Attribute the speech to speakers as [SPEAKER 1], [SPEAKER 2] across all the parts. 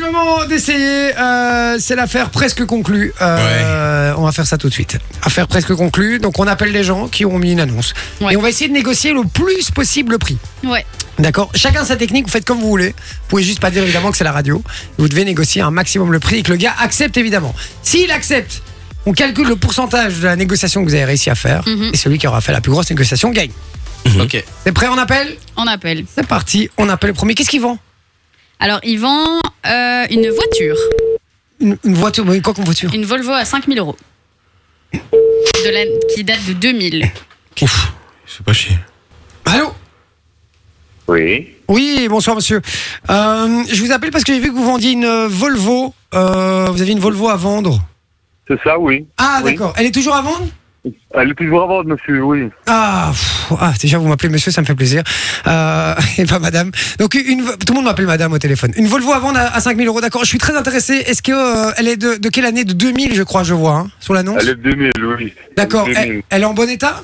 [SPEAKER 1] le moment d'essayer. euh, c'est l'affaire presque conclue. Euh, On va faire ça tout de suite. Affaire presque conclue. Donc, on appelle les gens qui ont mis une annonce.
[SPEAKER 2] Ouais.
[SPEAKER 1] Et on va essayer de négocier le plus possible le prix.
[SPEAKER 2] Ouais.
[SPEAKER 1] D'accord Chacun sa technique, vous faites comme vous voulez. Vous pouvez juste pas dire évidemment que c'est la radio. Vous devez négocier un maximum le prix et que le gars accepte évidemment. S'il accepte, on calcule le pourcentage de la négociation que vous avez réussi à faire
[SPEAKER 2] Mhm.
[SPEAKER 1] et celui qui aura fait la plus grosse négociation gagne.
[SPEAKER 3] Ok.
[SPEAKER 1] C'est prêt, on appelle
[SPEAKER 2] On appelle.
[SPEAKER 1] C'est parti, on appelle le premier. Qu'est-ce qu'il vend
[SPEAKER 2] Alors, il vend euh, une voiture,
[SPEAKER 1] une, une voiture, mais quoi comme voiture
[SPEAKER 2] une Volvo à 5000 euros. De la, qui date de 2000.
[SPEAKER 3] Ouf. C'est pas chier.
[SPEAKER 1] Allô
[SPEAKER 4] Oui,
[SPEAKER 1] Oui, bonsoir monsieur. Euh, je vous appelle parce que j'ai vu que vous vendiez une euh, Volvo. Euh, vous avez une Volvo à vendre.
[SPEAKER 4] c'est ça, oui.
[SPEAKER 1] Ah
[SPEAKER 4] Oui.
[SPEAKER 1] d'accord, elle est toujours à vendre
[SPEAKER 4] Elle est toujours à vendre, monsieur, oui.
[SPEAKER 1] Ah, pff, ah, déjà vous m'appelez monsieur, ça me fait plaisir. Euh, et pas madame. Donc une, tout le monde m'appelle madame au téléphone. Une Volvo à vendre à, 5000 euros, d'accord. Je suis très intéressé. Est-ce que euh, elle est de, de quelle année De 2000, je crois, je vois, hein, sur l'annonce.
[SPEAKER 4] Elle est de 2000, oui.
[SPEAKER 1] D'accord.
[SPEAKER 4] 2000.
[SPEAKER 1] Elle, elle est en bon état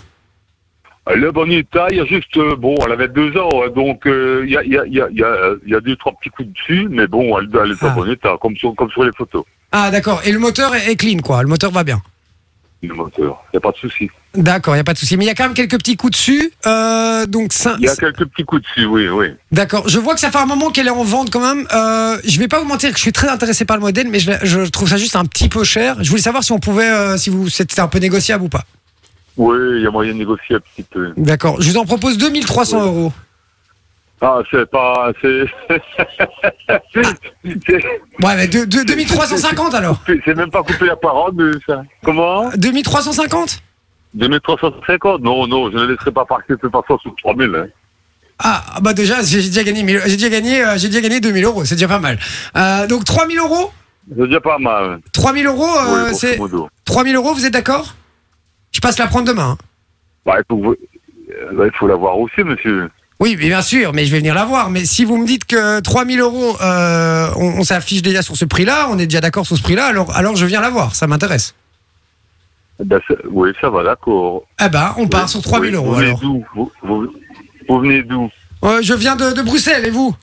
[SPEAKER 4] Elle est bonne taille, juste, euh, bon, elle avait deux ans, hein, donc euh, il y, a, il y, a, il y, a, il y, a, il y a deux, trois petits coups dessus, mais bon, elle, elle est
[SPEAKER 1] Ah.
[SPEAKER 4] en bon état, comme sur, comme sur les photos,
[SPEAKER 1] Ah, d'accord. Et le moteur est, est clean, quoi. Le moteur va bien.
[SPEAKER 4] le moteur. Il n'y a pas de souci.
[SPEAKER 1] D'accord, il y a pas de souci. Mais il y a quand même quelques petits coups dessus. Euh, donc ça.
[SPEAKER 4] Il y a quelques petits coups dessus, oui, oui.
[SPEAKER 1] D'accord. Je vois que ça fait un moment qu'elle est en vente quand même. Euh, je vais pas vous mentir que je suis très intéressé par le modèle, mais je, je trouve ça juste un petit peu cher. Je voulais savoir si on pouvait, euh, si vous, c'était un peu négociable ou pas.
[SPEAKER 4] Oui, il y a moyen de négocier un petit peu.
[SPEAKER 1] D'accord. Je vous en propose 2300
[SPEAKER 4] Oui.
[SPEAKER 1] euros.
[SPEAKER 4] Ah, c'est pas... C'est c'est-
[SPEAKER 1] Ouais, mais de- de- 2350 alors.
[SPEAKER 4] c'est même pas coupé la parole, mais ça... Comment
[SPEAKER 1] 2350
[SPEAKER 4] 2350 Non, non, je ne laisserai pas partir de toute façon sous 3000, hein.
[SPEAKER 1] Ah, bah déjà, j'ai j'ai déjà gagné, mille- j'ai déjà gagné, euh, j'ai déjà gagné 2000 euros. C'est déjà pas mal. Euh, donc 3000 euros
[SPEAKER 4] C'est déjà pas mal.
[SPEAKER 1] 3000 euros, euh,
[SPEAKER 4] oui, grosso
[SPEAKER 1] c'est
[SPEAKER 4] modo.
[SPEAKER 1] 3000 euros. Vous êtes d'accord Je passe la prendre demain. hein.
[SPEAKER 4] Bah, il faut, euh, bah, il faut l'avoir aussi, monsieur.
[SPEAKER 1] Oui, mais bien sûr, mais je vais venir la voir. Mais si vous me dites que 3000 euros, euh, on, on s'affiche déjà sur ce prix-là, on est déjà d'accord sur ce prix-là, alors, alors je viens la voir, ça m'intéresse.
[SPEAKER 4] Ben, ça- oui, ça va, d'accord.
[SPEAKER 1] Eh ben, on part sur 3000
[SPEAKER 4] Oui,
[SPEAKER 1] euros
[SPEAKER 4] Vous venez
[SPEAKER 1] alors.
[SPEAKER 4] d'où vous, vous- vous venez d'où
[SPEAKER 1] Euh, je viens de, de Bruxelles, et vous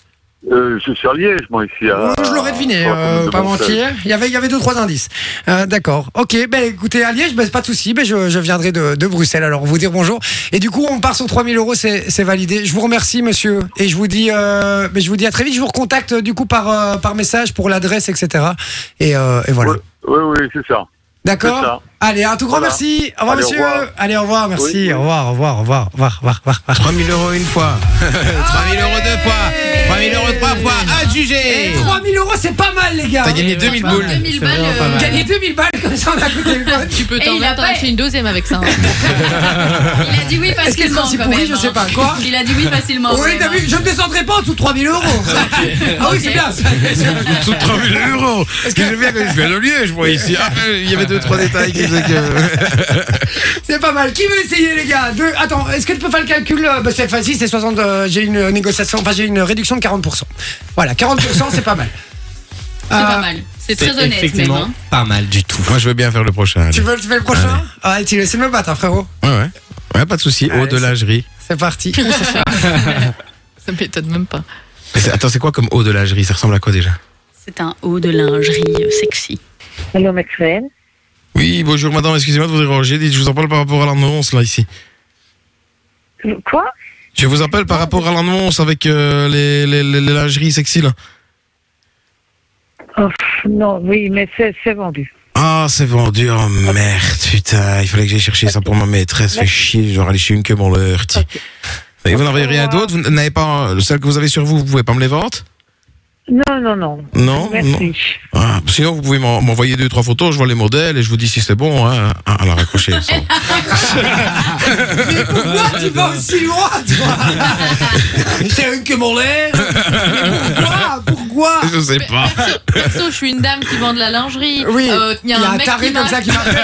[SPEAKER 4] euh, Je suis à Liège, moi, ici. À,
[SPEAKER 1] Ouais, Je l'aurais deviné,
[SPEAKER 4] sur la commune
[SPEAKER 1] euh,
[SPEAKER 4] de
[SPEAKER 1] pas
[SPEAKER 4] Bruxelles.
[SPEAKER 1] mentir. Il y avait, il y avait deux, trois indices. Euh, d'accord. Ok, ben écoutez, à Liège, ben, pas de souci, ben, je, je viendrai de, de Bruxelles alors vous dire bonjour. Et du coup, on part sur 3000 euros, c'est, c'est validé. Je vous remercie, monsieur, et je vous dis, euh, ben, je vous dis à très vite. Je vous recontacte euh, du coup par, euh, par message pour l'adresse, etc. Et, euh, et voilà.
[SPEAKER 4] Oui, oui, oui, c'est ça. C'est
[SPEAKER 1] D'accord
[SPEAKER 4] ça.
[SPEAKER 1] Allez, un tout grand
[SPEAKER 4] Voilà.
[SPEAKER 1] merci. Au revoir,
[SPEAKER 4] Allez, au
[SPEAKER 1] monsieur.
[SPEAKER 4] revoir.
[SPEAKER 1] Allez, au revoir, merci.
[SPEAKER 4] Oui, oui.
[SPEAKER 1] Au revoir, au revoir, au revoir, au revoir, au revoir, au revoir.
[SPEAKER 3] 3000 euros une fois. 3000 euros deux fois. 3000 euros trois fois. À
[SPEAKER 1] Et
[SPEAKER 3] juger.
[SPEAKER 1] 3000 Eh, euros, c'est pas mal, les gars.
[SPEAKER 3] T'as gagné 2000 boules.
[SPEAKER 2] 2000 balles.
[SPEAKER 5] vraiment pas
[SPEAKER 2] euh,
[SPEAKER 5] mal.
[SPEAKER 1] Gagner 2000 balles comme ça, on a coûté le vote.
[SPEAKER 5] Tu peux
[SPEAKER 2] Et
[SPEAKER 5] t'en
[SPEAKER 2] il a
[SPEAKER 5] mettre, t'en
[SPEAKER 2] pas-
[SPEAKER 5] acheter une deuxième avec ça. hein.
[SPEAKER 2] Il a dit oui
[SPEAKER 1] Est-ce qu'elle
[SPEAKER 2] facilement.
[SPEAKER 1] s'en s'est
[SPEAKER 2] quand
[SPEAKER 1] pourrie
[SPEAKER 2] même,
[SPEAKER 1] Je sais
[SPEAKER 2] hein.
[SPEAKER 1] pas. Quoi
[SPEAKER 2] Il a dit oui facilement.
[SPEAKER 1] Oui,
[SPEAKER 2] quand
[SPEAKER 1] t'as
[SPEAKER 2] même,
[SPEAKER 1] vu,
[SPEAKER 2] hein.
[SPEAKER 1] je ne descendrai pas en dessous de 3000 euros. Ah oui, c'est
[SPEAKER 2] Ok.
[SPEAKER 1] bien. ça.
[SPEAKER 3] Tout 3000 euros. Parce que je viens, je viens de Liège, moi, ici. Ah, il y avait deux, trois détails qui faisaient que.
[SPEAKER 1] C'est pas mal. Qui veut essayer, les gars Deux- Attends, est-ce que tu peux faire le calcul euh, bah, C'est facile, c'est 60. euh, j'ai une négociation, enfin, j'ai une réduction de 40%. Voilà, 40%, c'est pas mal.
[SPEAKER 2] C'est pas mal. C'est très honnête même.
[SPEAKER 5] Ah. effectivement
[SPEAKER 2] hein.
[SPEAKER 5] pas mal du tout.
[SPEAKER 3] Moi, je veux bien faire le prochain. allez.
[SPEAKER 1] Tu veux, tu fais le prochain Ah, tu laisses me battre, hein, frérot.
[SPEAKER 3] Ouais, ouais. Ouais, pas de souci.
[SPEAKER 1] Allez,
[SPEAKER 3] Haut de
[SPEAKER 1] c'est-
[SPEAKER 3] lingerie.
[SPEAKER 1] C'est parti.
[SPEAKER 5] Ça m'étonne même pas.
[SPEAKER 3] Mais c'est- Attends, c'est quoi comme haut de lingerie Ça ressemble à quoi déjà
[SPEAKER 2] C'est un haut de lingerie euh, sexy.
[SPEAKER 6] Allô, Maxwell
[SPEAKER 3] Oui, bonjour madame, excusez-moi de vous déranger. Dites, Je vous en parle par rapport à l'annonce là ici.
[SPEAKER 6] Quoi
[SPEAKER 3] Je vous appelle par rapport à l'annonce avec euh, les, les, les, les lingeries sexy là.
[SPEAKER 6] Oh, pff, Non, oui, mais c'est c'est vendu.
[SPEAKER 3] Ah, c'est vendu, oh merde, putain, il fallait que j'aille chercher ça pour ma maîtresse, fait chier, genre aller chez une que mon leur ti.
[SPEAKER 6] Ok.
[SPEAKER 3] Et vous n'avez rien d'autre, vous n'avez pas, euh, le seul que vous avez sur vous, vous pouvez pas me les vendre
[SPEAKER 6] Non, non, non.
[SPEAKER 3] Non, non.
[SPEAKER 6] Merci.
[SPEAKER 3] Ah, sinon vous pouvez m'en- m'envoyer deux, trois photos, je vois les modèles et je vous dis si c'est bon, hein. Ah, elle a raccroché. elle s'en-
[SPEAKER 1] Mais pourquoi tu vas aussi loin, toi J'ai une que mon lait. Mais pourquoi Pourquoi
[SPEAKER 3] je sais pas.
[SPEAKER 5] Perso, perso, je suis une dame qui vend de la lingerie.
[SPEAKER 1] Oui,
[SPEAKER 5] Euh, Il y a un, mec
[SPEAKER 1] taré
[SPEAKER 5] qui
[SPEAKER 1] comme ça qui m'appelle.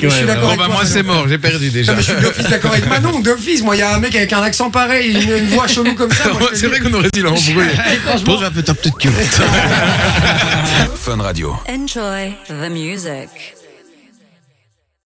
[SPEAKER 1] Je suis d'accord
[SPEAKER 3] Bon,
[SPEAKER 1] avec
[SPEAKER 3] bah,
[SPEAKER 1] toi.
[SPEAKER 3] moi c'est mort, j'ai perdu déjà.
[SPEAKER 1] Non, mais je suis d'office d'accord avec Manon, d'office. Moi, il y a un mec avec un accent pareil, une, une voix chelou comme ça. moi, je te dis-
[SPEAKER 3] C'est vrai qu'on aurait dit l'embrouille. Pose un peu ta petite culotte.
[SPEAKER 7] Enjoy the music.